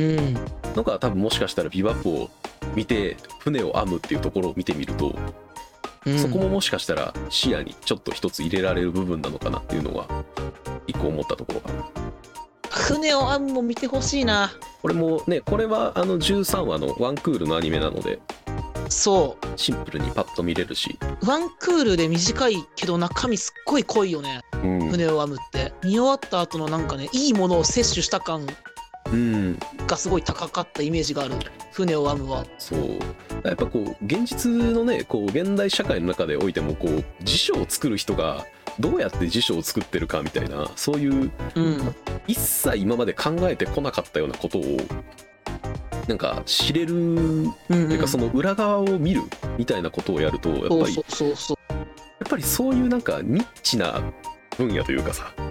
A: うん
B: なのが多分もしかしたらビバップを見て船を編むっていうところを見てみると、
A: うん
B: そこももしかしたら視野にちょっと一つ入れられる部分なのかなっていうのは一個思ったところかな。
A: 船を編むも見てほしいな
B: これもねこれはあの13話のワンクールのアニメなので
A: そ
B: シンプルにパッと見れるし、
A: うワンクールで短いけど中身すっごい濃いよね
B: うん
A: 船を編むって見終わった後のなんかねいいものを摂取した感がすごい高かったイメージがある船を編むは
B: そうやっぱこう現実のねこう現代社会の中でおいてもこう辞書を作る人がどうやって辞書を作ってるかみたいなそういう
A: うん
B: 一切今まで考えてこなかったようなことをなんか知れる
A: うんうん
B: ていうかその裏側を見るみたいなことをやるとやっ
A: そう
B: ぱり
A: そうそうそう
B: やっぱりそういうなんかニッチな分野というかさこ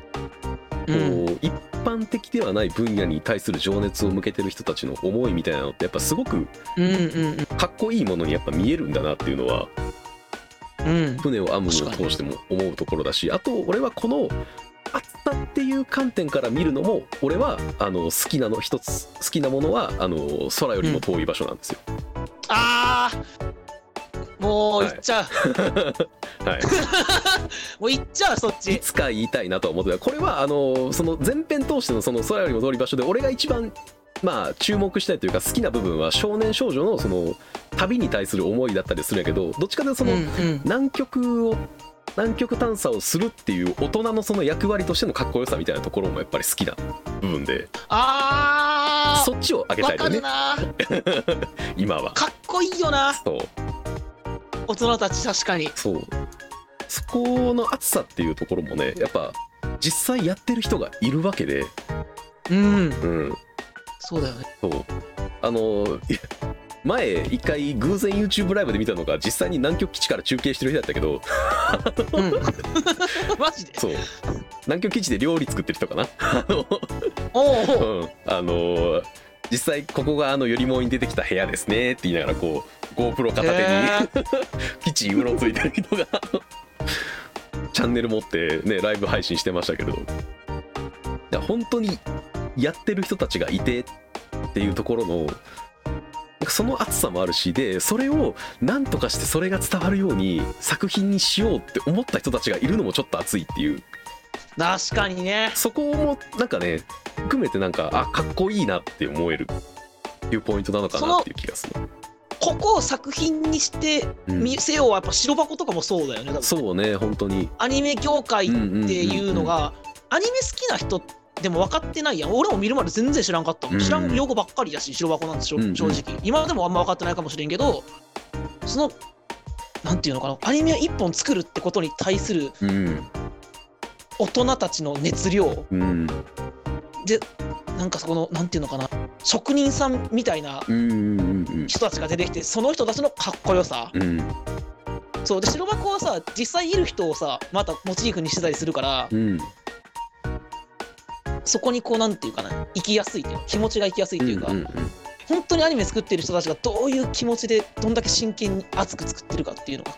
B: う、
A: うん
B: 一般的ではない分野に対する情熱を向けてる人たちの思いみたいなのってやっぱすごく
A: うんうん
B: かっこいいものにやっぱ見えるんだなっていうのは
A: うんうん
B: 船を編むのを
A: 確か
B: 通しても思うところだしあと俺はこの厚さっていう観点から見るのも俺はあの好きなの一つ好きなものはあの空よりも遠い場所なんですよ。
A: ああもう行っちゃう、
B: はい
A: もう行っちゃうそっ
B: い
A: ち
B: つか言いたいなとは思ってたこれはあのその前編通してのその空よりも通り場所で俺が一番まあ注目したいというか好きな部分は少年少女のその旅に対する思いだったりするんやけどどっちかというとその
A: うんうん
B: 南極を南極探査をするっていう大人のその役割としてのかっこよさみたいなところもやっぱり好きな部分で
A: あ
B: そっちを
A: ー
B: 上げ
A: わ
B: たい
A: か
B: の
A: る
B: ね
A: な
B: 今は
A: かっこいいよな
B: そう
A: 大人たち確かに
B: そうそこの熱さっていうところもねやっぱ実際やってる人がいるわけで
A: うん
B: うん
A: そうだよね
B: そうあのいや前一回偶然 YouTube ライブで見たのが実際に南極基地から中継してる人だったけど
A: うん マジで
B: そう南極基地で料理作ってる人かなあの、
A: おうおう
B: うん、あの実際ここがあのよりもに出てきた部屋ですねって言いながらこう GoPro 片手に、
A: へ
B: 基地うろついてる人があのチャンネル持ってねライブ配信してましたけどいや本当にやってる人たちがいてっていうところのなんかその熱さもあるしでそれを何とかしてそれが伝わるように作品にしようって思った人たちがいるのもちょっと熱いっていう
A: 確かにね
B: そこもなんかね含めてなんかあかっこいいなって思えるっていうポイントなのかなっていう気がする。
A: ここを作品にして
B: うん
A: 見せようはやっぱ白箱とかもそうだよね多分
B: そうね本当に
A: アニメ業界っ
B: うん
A: て
B: うんうんうん
A: いうのがアニメ好きな人でも分かってないやん俺も見るまで全然知らんかったもん
B: うんうん
A: 知らん用語ばっかりだし白箱なんでしょ
B: うんうん
A: 正直今でもあんま分かってないかもしれんけどそのなんていうのかなアニメ一本作るってことに対する
B: うん
A: 大人たちの熱量
B: うん
A: なんかそこのなんていうのかな職人さんみたいな
B: うんうんうん
A: 人たちが出てきてその人たちのかっこよさ
B: うんうん
A: そうで白箱はさ実際いる人をさまたモチーフにしてたりするから
B: うん
A: そこにこうなんていうかな生きやすいっていうの気持ちが生きやすいっていうか、
B: うんうんうん
A: 本当にアニメ作ってる人たちがどういう気持ちでどんだけ真剣に熱く作ってるかっていうのが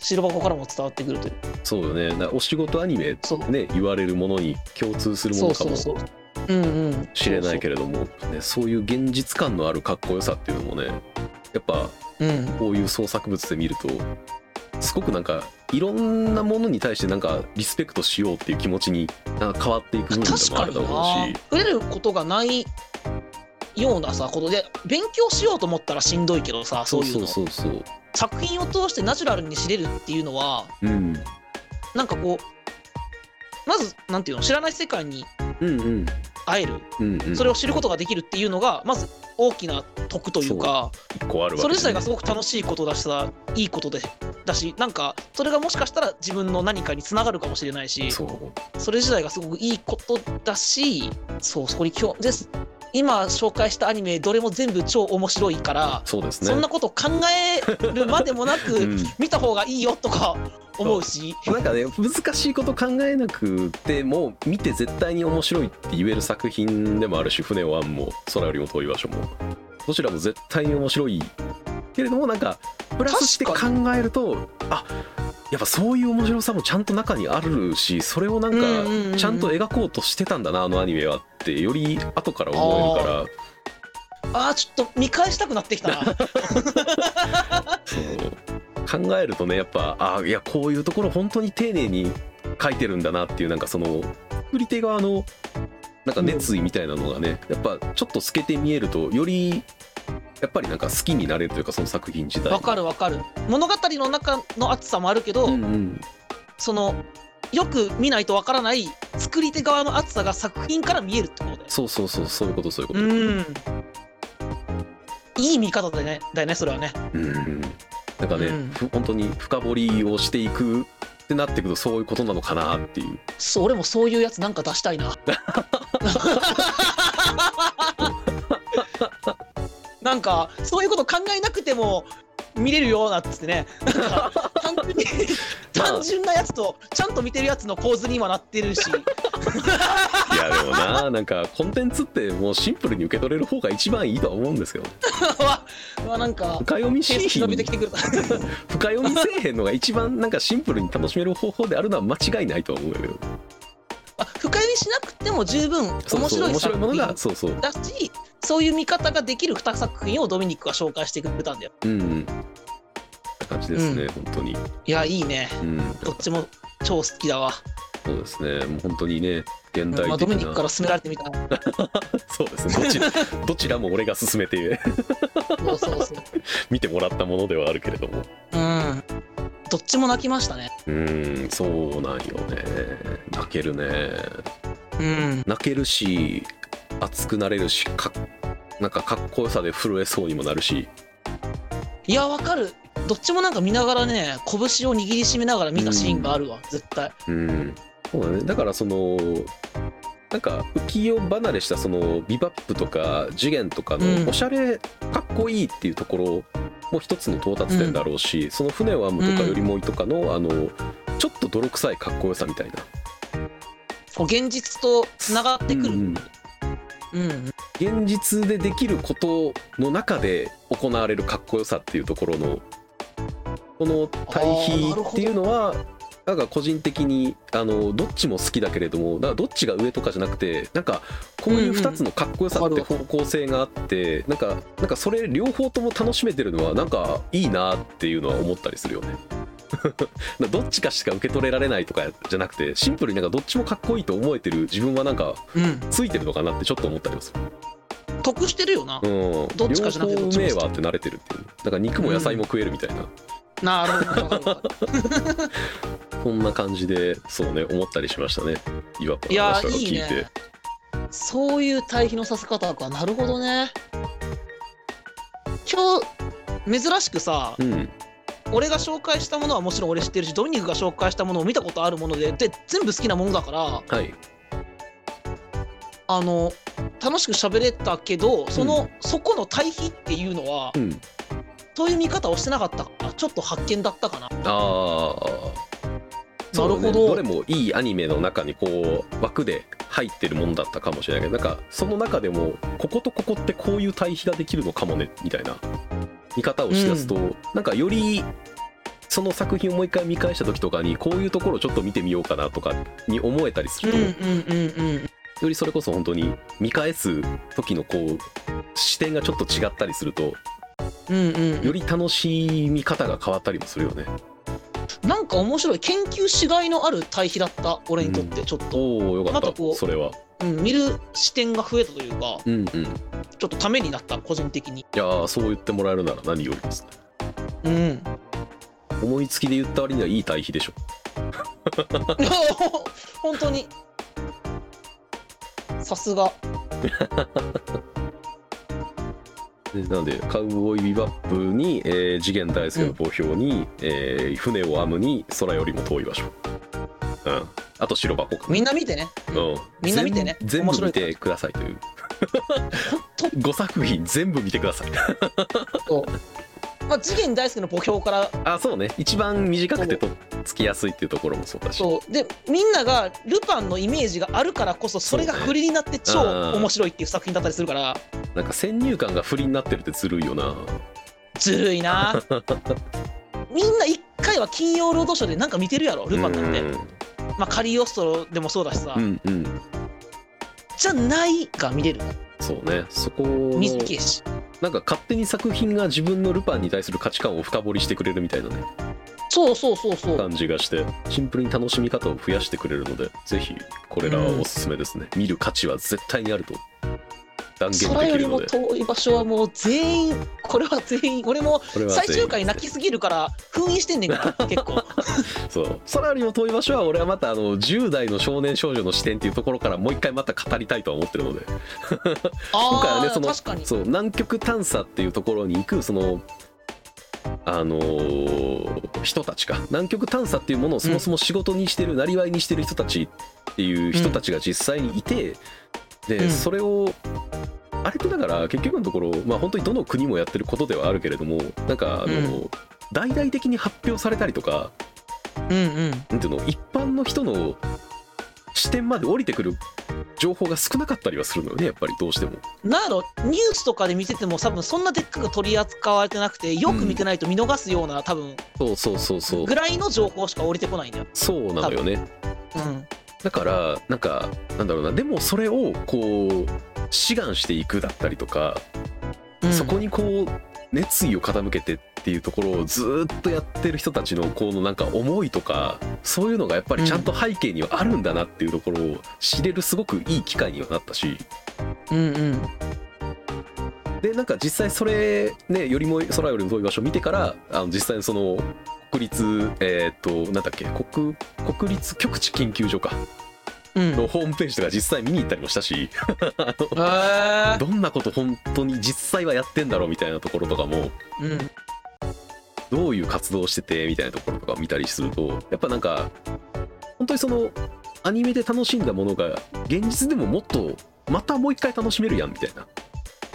A: 白箱からも伝わってくるという
B: そうよねだからお仕事アニメ
A: そう
B: ね言われるものに共通するも
A: そ
B: の
A: う
B: か
A: そ
B: も
A: うそううんうん
B: しれないけ
A: ど
B: れどもねそういう現実感のあるかっこよさっていうのもねやっぱ
A: うん
B: こういう創作物で見るとすごくなんかいろんなものに対してなんかリスペクトしようっていう気持ちになんか変わっていく部分
A: 確
B: でもあ
A: か
B: るだ
A: に
B: ろう
A: な
B: し
A: 触れることがないようなさことで勉強しようと思ったらしんどいけどさそういうの
B: そうそうそう
A: 作品を通してナチュラルに知れるっていうのは
B: うん
A: なんかこうまずなんていうの知らない世界に
B: うんうん
A: 会える、
B: うんうん、
A: それを知ることができるっていうのがまず大きな得というか
B: 一個あるわけ
A: それ自体がすごく楽しいことだしさいいことでだしなんかそれがもしかしたら自分の何かにつながるかもしれないし
B: そう
A: それ自体がすごくいいことだしそうそこに今日です今紹介したアニメどれも全部超面白いから、
B: そうですね
A: そんなこと考えるまでもなく、
B: うん
A: 見た方がいいよとか思うし
B: なんかね難しいこと考えなくても見て絶対に面白いって言える作品でもあるし「船を案」も「空よりも遠い場所」もどちらも絶対に面白いけれどもなんかプラスして考
A: 確か
B: えるとあやっぱそういう面白さもちゃんと中にあるしそれをなん
A: うんうんうんう
B: か
A: ん
B: ちゃんと描こうとしてたんだなあのアニメはってより後から思えるから
A: あーちょっと見返したくなってきたな
B: そう考えるとねやっぱあいやこういうところ本当に丁寧に書いてるんだなっていうなんかその作り手側のなんか熱意みたいなのがね、やっぱちょっと透けて見えるとよりやっぱりなんか好きになれるというかその作品自体
A: わかるわかる物語の中の熱さもあるけど、
B: うんうん
A: そのよく見ないとわからない作り手側の熱さが作品から見えるってことだよ
B: そうそうそうそういうことそういうこと、
A: うんいい見方だねだよねそれはね
B: うんうんなんかね、
A: うん
B: ふ本当に深掘りをしていくってなってくるとそういうことなのかなっていう
A: そう俺もそういうやつなんか出したい ななんかそういうこと考えなくても見れるようなっつってねなんか単純 に単純なやつとちゃんと見てるやつの構図に今なってるし
B: いやでもななんかコンテンツってもうシンプルに受け取れる方が一番いいとは思うんですよ
A: はなんか
B: 深読みし
A: ペース伸びてきてくる
B: 深読みせえへんのが一番なんかシンプルに楽しめる方法であるのは間違いないとは思うよ
A: あ深読みしなくても十分面
B: そうそう
A: 白い
B: 面白
A: 作
B: いもの
A: 品
B: がそうそう
A: だしそういう見方ができる2作品をドミニクが紹介してくれたんだよ
B: うんうんって感じですね、
A: う
B: 本当に
A: いやいいね
B: うん
A: どっちも超好きだわ、
B: そうですねもう本当にね現代的な、
A: まあ、ドミニクから勧められてみたら
B: そうですねど ちらどちらも俺が勧めて
A: そうそうそう
B: 見てもらったものではあるけれども
A: うんどっちも泣きましたね
B: うんそうなんよね泣けるね
A: うん
B: 泣けるし熱くなれるしかなんかかっこよさで震えそうにもなるし
A: いやわかるどっちもなんか見ながらね拳を握りしめながら見たシーンがあるわ、絶対
B: うん、そうだねだからそのなんか浮世離れしたそのビバップとか次元とか
A: う
B: の
A: ん
B: おしゃれかっこいいっていうところも一つの到達点だろうし、その船を編むとかよりもいとかの、あのちょっと泥臭いかっこよさみたいな
A: こう現実とつながってくる、う
B: うんん現実でできることの中で行われるかっこよさっていうところのこの対比っていうのはなんか個人的にあのどっちも好きだけれどもだからどっちが上とかじゃなくてなんかこういう2つのかっこよさ
A: わ
B: っ
A: か
B: て
A: るわか
B: 方
A: る
B: 向性があってなんかなんかそれ両方とも楽しめてるのはなんかいいなっていうのは思ったりするよね。 などっちかしか受け取れられないとかじゃなくてシンプルになんかどっちもかっこいいと思えてる自分はなんか
A: うん
B: ついてるのかなってちょっと思ったりもする。
A: 得してるよな、
B: うん、
A: どっちかじゃなくて
B: 両
A: どっ
B: 方
A: ち
B: う
A: も
B: めえ
A: 好き
B: わって慣れてるっていうなんか肉も野菜も食えるみたいな、
A: なるほどわかるわかる
B: そんな感じでそうね思ったりしましたね岩子
A: い
B: の
A: や
B: 話を
A: い
B: 聞
A: い
B: いて
A: ねそういう対比のさせ方かなるほどね今日珍しくさ、
B: うん
A: 俺が紹介したものはもちろん俺知ってるしドミニクが紹介したものを見たことあるものでで全部好きなものだから
B: はい
A: あの楽しく喋れたけどその、そこの対比っていうのは、
B: うん
A: そういう見方をしてなかったからちょっと発見だったかな
B: ああ
A: なるほど
B: どれもいいアニメの中にこう枠で入ってるもんだったかもしれないけどなんかその中でもこことここってこういう対比ができるのかもねみたいな見方をしだすと、なんかよりその作品をもう一回見返した時とかにこういうところちょっと見てみようかなとかに思えたりすると、
A: うんうん
B: よりそれこそ本当に見返す時のこう視点がちょっと違ったりすると
A: うんうん
B: より楽しみ方が変わったりもするよね。
A: なんか面白い研究しがいのある対比だった俺にとってちょっと、
B: おおよかっ
A: ま
B: た
A: たこう
B: それは。
A: うん見る視点が増えたというか
B: うんうん。い
A: ちょっとためになった個人的に
B: やーそう言ってもらえるなら何よりですね。
A: うん
B: 思いつきで言った割にはいい対比でしょ。
A: 本当にさすが。
B: でなのでカウボーイビバップに、えー次元大介の墓標に、えー船を編むに空よりも遠い場所うんあと白箱か
A: みんな見てね。
B: うん、
A: みんな見てね
B: 全
A: 面
B: 部全
A: 白
B: 部見
A: いから
B: てくださいという 5作品全部見てください
A: まあ、次元大好きの墓標から
B: あそうね一番短くてとっつきやすいっていうところもそうだし
A: そうでみんながルパンのイメージがあるからこそそれが振りになって超
B: うん
A: 面白いっていう作品だったりするから
B: なんか先入観が不利になってるってずるいよな
A: ずるいなみんな一回は金曜ロードショーでなんか見てるやろルパンなんて、まあ、カリオストロでもそうだしさ、
B: うんうんうん
A: じゃないが見れる
B: そうねそこ
A: 水
B: の
A: 木し
B: なんか勝手に作品が自分のルパンに対する価値観を深掘りしてくれるみたいなね
A: そうそうそうそう
B: 感じがしてシンプルに楽しみ方を増やしてくれるのでぜひこれらはおすすめですね、見る価値は絶対にあると断
A: 空
B: 言で
A: よ
B: き
A: り
B: るの
A: も
B: で
A: 遠い場所はもう全員これは全員俺も
B: これはぜ
A: 最
B: ひ
A: 終回泣きすぎるから封印してんね んから結構
B: そう空よりも遠い場所は俺はまたあの10代の少年少女の視点っていうところからもう一回また語りたいとは思ってるので今回
A: あ
B: は
A: あ、
B: ねその
A: 確かに
B: そう南極探査っていうところに行くそのあのー人たちか南極探査っていうものをそもそも仕事にしてる、なりわいにしてる人たちっていう人たちが実際にいて、で、
A: うん
B: それをあれってだから結局のところまあ本当にどの国もやってることではあるけれどもなんかあのー、大々的に発表されたりとか
A: うんうん
B: なんていうの一般の人の視点まで降りてくる情報が少なかったりはするのよねやっぱりどうしても。
A: なんやろニュースとかで見てても多分そんなでっかく取り扱われてなくてよく見てないと見逃すような多分
B: そうそうそうそう
A: ぐらいの情報しか降りてこないんだよ。
B: そうなのよね
A: うん、
B: だからなんかなんだろうなでもそれをこう志願していくだったりとか、
A: うん
B: そこにこう熱意を傾けてっていうところをずーっとやってる人たちのこのなんか思いとかそういうのがやっぱりちゃんと背景にはあるんだなっていうところを知れるすごくいい機会にはなったし
A: うんうん
B: でなんか実際それねよりも空よりも遠い場所見てからあの実際にその国立えっ、となんだっけ国国立極地研究所か
A: うん
B: のホームページとか実際見に行ったりもしたし。
A: へー
B: どんなこと本当に実際はやってんだろうみたいなところとかも
A: うん
B: どういう活動しててみたいなところとかを見たりするとやっぱなんか本当にそのアニメで楽しんだものが現実でももっとまたもう一回楽しめるやんみたいなと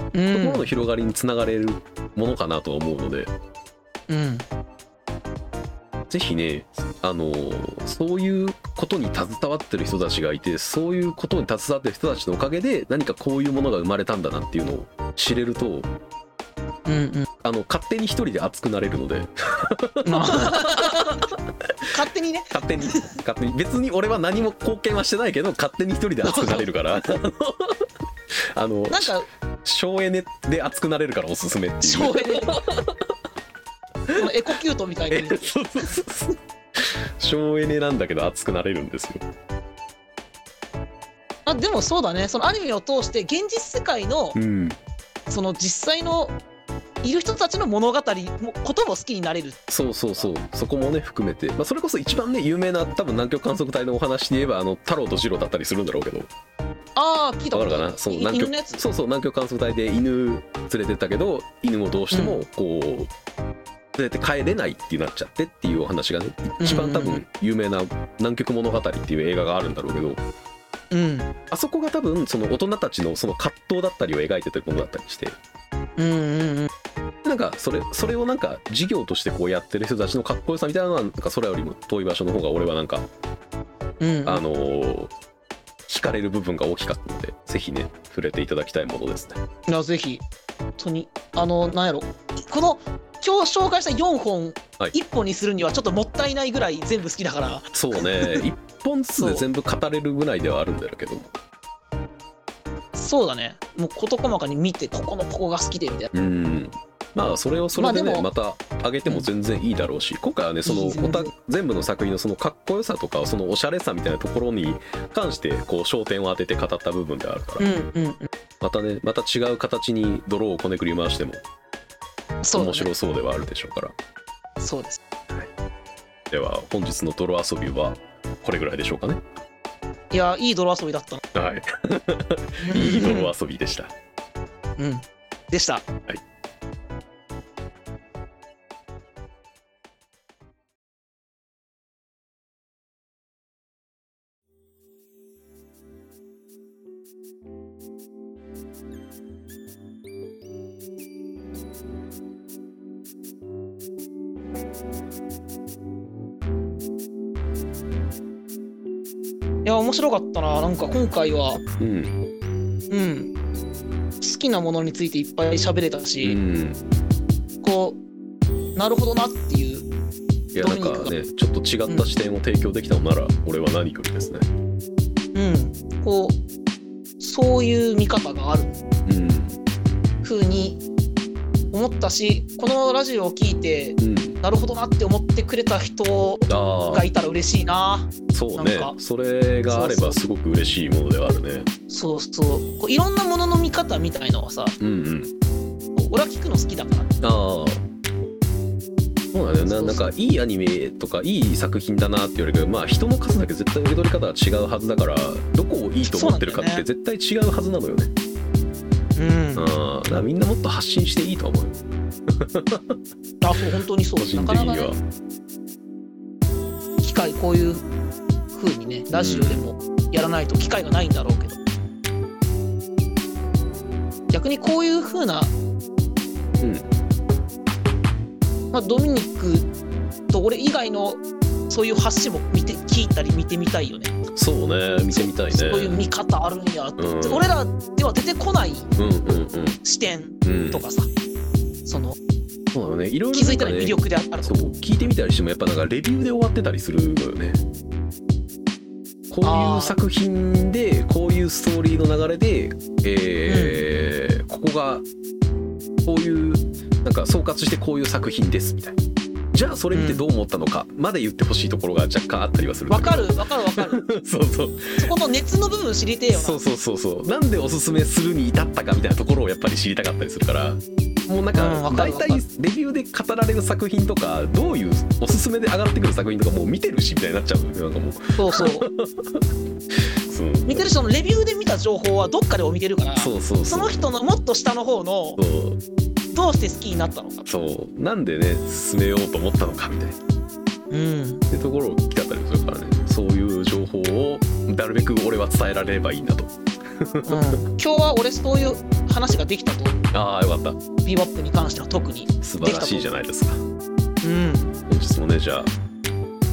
B: こ
A: うん
B: ろの広がりにつながれるものかなとは思うので、
A: うん
B: ぜひねあのそういうことに携わってる人たちがいてそういうことに携わってる人たちのおかげで何かこういうものが生まれたんだなっていうのを知れると
A: うん
B: あの勝手に一人で熱くなれるので。
A: うんまあ勝手にね
B: 勝手に勝手に別に俺は何も貢献はしてないけど勝手に一人で熱くなれるから あの
A: なんか
B: 省エネで熱くなれるからおすすめってい
A: 省
B: う
A: エネ このエコキュートみたいに
B: そうそうそうそう省エネなんだけど熱くなれるんですよ
A: あでもそうだねそのアニメを通して現実世界の
B: うん
A: その実際のいる人たちの物語もことも好きになれる
B: そうそうそうそこもね含めて、まあ、それこそ一番ね有名な多分南極観測隊のお話で言えばあの太郎と次郎だったりするんだろうけど
A: ああ聞いた
B: わ
A: こ
B: か
A: と
B: るかなそう
A: い
B: 南
A: 犬
B: 極
A: のやつ
B: そうそう南極観測隊で犬連れてったけど犬もどうしてもこう、連れて帰れないってなっちゃってっていうお話がね一番多
A: うんうんう
B: 分有名な「南極物語」っていう映画があるんだろうけど
A: うん
B: あそこが多分その大人たちのその葛藤だったりを描いてたものだったりして
A: うんうんうん
B: なんかそれそれをなんか事業としてこうやってる人たちのかっこよさみたいなのはなんか空よりも遠い場所の方が俺はなんか、
A: うん
B: あのー惹かれる部分が大きかったのでぜひね触れていただきたいものですね。
A: いやぜひ本当にあのなんやろこの今日紹介した4本、
B: はい
A: 1本にするにはちょっともったいないぐらい全部好きだから
B: そうね 一本ずつで全部語れるぐらいではあるんだろうけども
A: そうだねもう事細かに見てここのここが好きでみたいな
B: うんまあそれをそれでね、
A: まあ
B: また上げても全然いいだろうし、今回はねその
A: いい全然
B: おた全部の作品のそのかっこよさとかそのおしゃれさみたいなところに関してこう焦点を当てて語った部分であるから、
A: んうんうん
B: またねまた違う形に泥をこねくり回しても
A: そう
B: 面
A: だ、ね、
B: 白そうではあるでしょうから
A: そうです
B: では本日の泥遊びはこれぐらいでしょうかね
A: いや、いい泥遊びだったな。
B: はいいい泥遊びでした
A: うん。でした。いや面白かったななんか今回は
B: うん
A: うん好きなものについていっぱい喋れた
B: う
A: し、
B: ん
A: こうなるほどなっていう
B: いやなんかねちょっと違った視点を提供できたのなら、俺は何よりですね
A: うん、こうそういう見方がある
B: うん
A: 風に思ったしこのラジオを聞いて
B: うん
A: なるほどなって思ってくれた人
B: あ
A: が
B: あ
A: いたら嬉しいな
B: そうね
A: なんか
B: それがあればすごく嬉しいものではあるね
A: そうそうこういろんなものの見方みたいのはさ
B: うんうん
A: 俺は聞くの好きだから
B: ああそうだね
A: そ
B: な
A: うそう
B: なんかいいアニメとかいい作品だなって言われるけどまあ人の数だけ絶対受け取り方は違うはずだからどこをいいと思ってるかっ
A: そうな
B: て
A: ん
B: 絶対違うはずなのよね
A: うん
B: ああだからみんなもっと発信していいと思うよ
A: あそう本当にそ
B: 個
A: うです
B: 人
A: なか
B: 的
A: な
B: に
A: か、
B: は
A: ね、機会こういう風にねラジオでもやらないと機会がないんだろうけど、逆にこういう風な、まあ、ドミニックと俺以外のそういう発信も見て聞いたり見てみたいよね
B: そうね見てみたいね
A: そういう見方あるんやって、
B: うん
A: 俺らでは出てこない
B: うんうん
A: 視点
B: うんうん
A: とかさ、その
B: そうなのねいろいろ
A: 気づ
B: ないん
A: た
B: からね
A: 魅力である
B: そ
A: と
B: う聞いてみたりしてもやっぱなんかレビューで終わってたりするのよねこうい
A: あー
B: う作品でこういうストーリーの流れで、えーここがこういうなんか総括してこういう作品ですみたいなじゃあそれ見てどう思ったのかまで言ってほしいところが若干あったりはするんだ
A: わ
B: けど
A: かるわかるわかる
B: そうそう
A: そこの熱の部分知りてえよな
B: そうそうそうそうなんでおすすめするに至ったかみたいなところをやっぱり知りたかったりするからもうなん
A: うんわ
B: か
A: かるわ
B: 大
A: か
B: 体
A: る
B: レビューで語られる作品とかどういうおすすめで上がってくる作品とかもう見てるしみたいになっちゃうのよなんかもう
A: そうそう。
B: そう
A: 見てる人のレビューで見た情報はどっかでも見てるから、
B: そうそう
A: そ
B: そ
A: の
B: う
A: 人のもっと下の方の
B: そう
A: どうして好きになったのか。
B: そうなんでね進めようと思ったのかみたいな
A: うん。
B: ってところを聞かったりするからねそういう情報をなるべく俺は伝えられればいいなと
A: 今日は俺そういう話ができたと、
B: ああよかっ
A: ビバップに関しては特に。
B: た素晴らしいじゃないですか
A: うん。
B: 本日もねじゃあ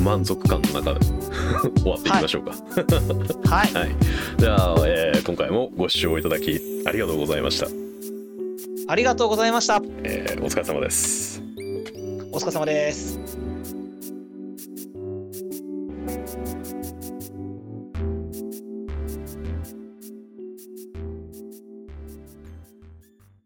B: 満足感の中で 終わっていきましょうか、
A: はい。
B: はい、じゃあ、えー今回もご視聴いただきありがとうございました。
A: ありがとうございました。
B: えーお疲れ様です。
A: お疲れ様です。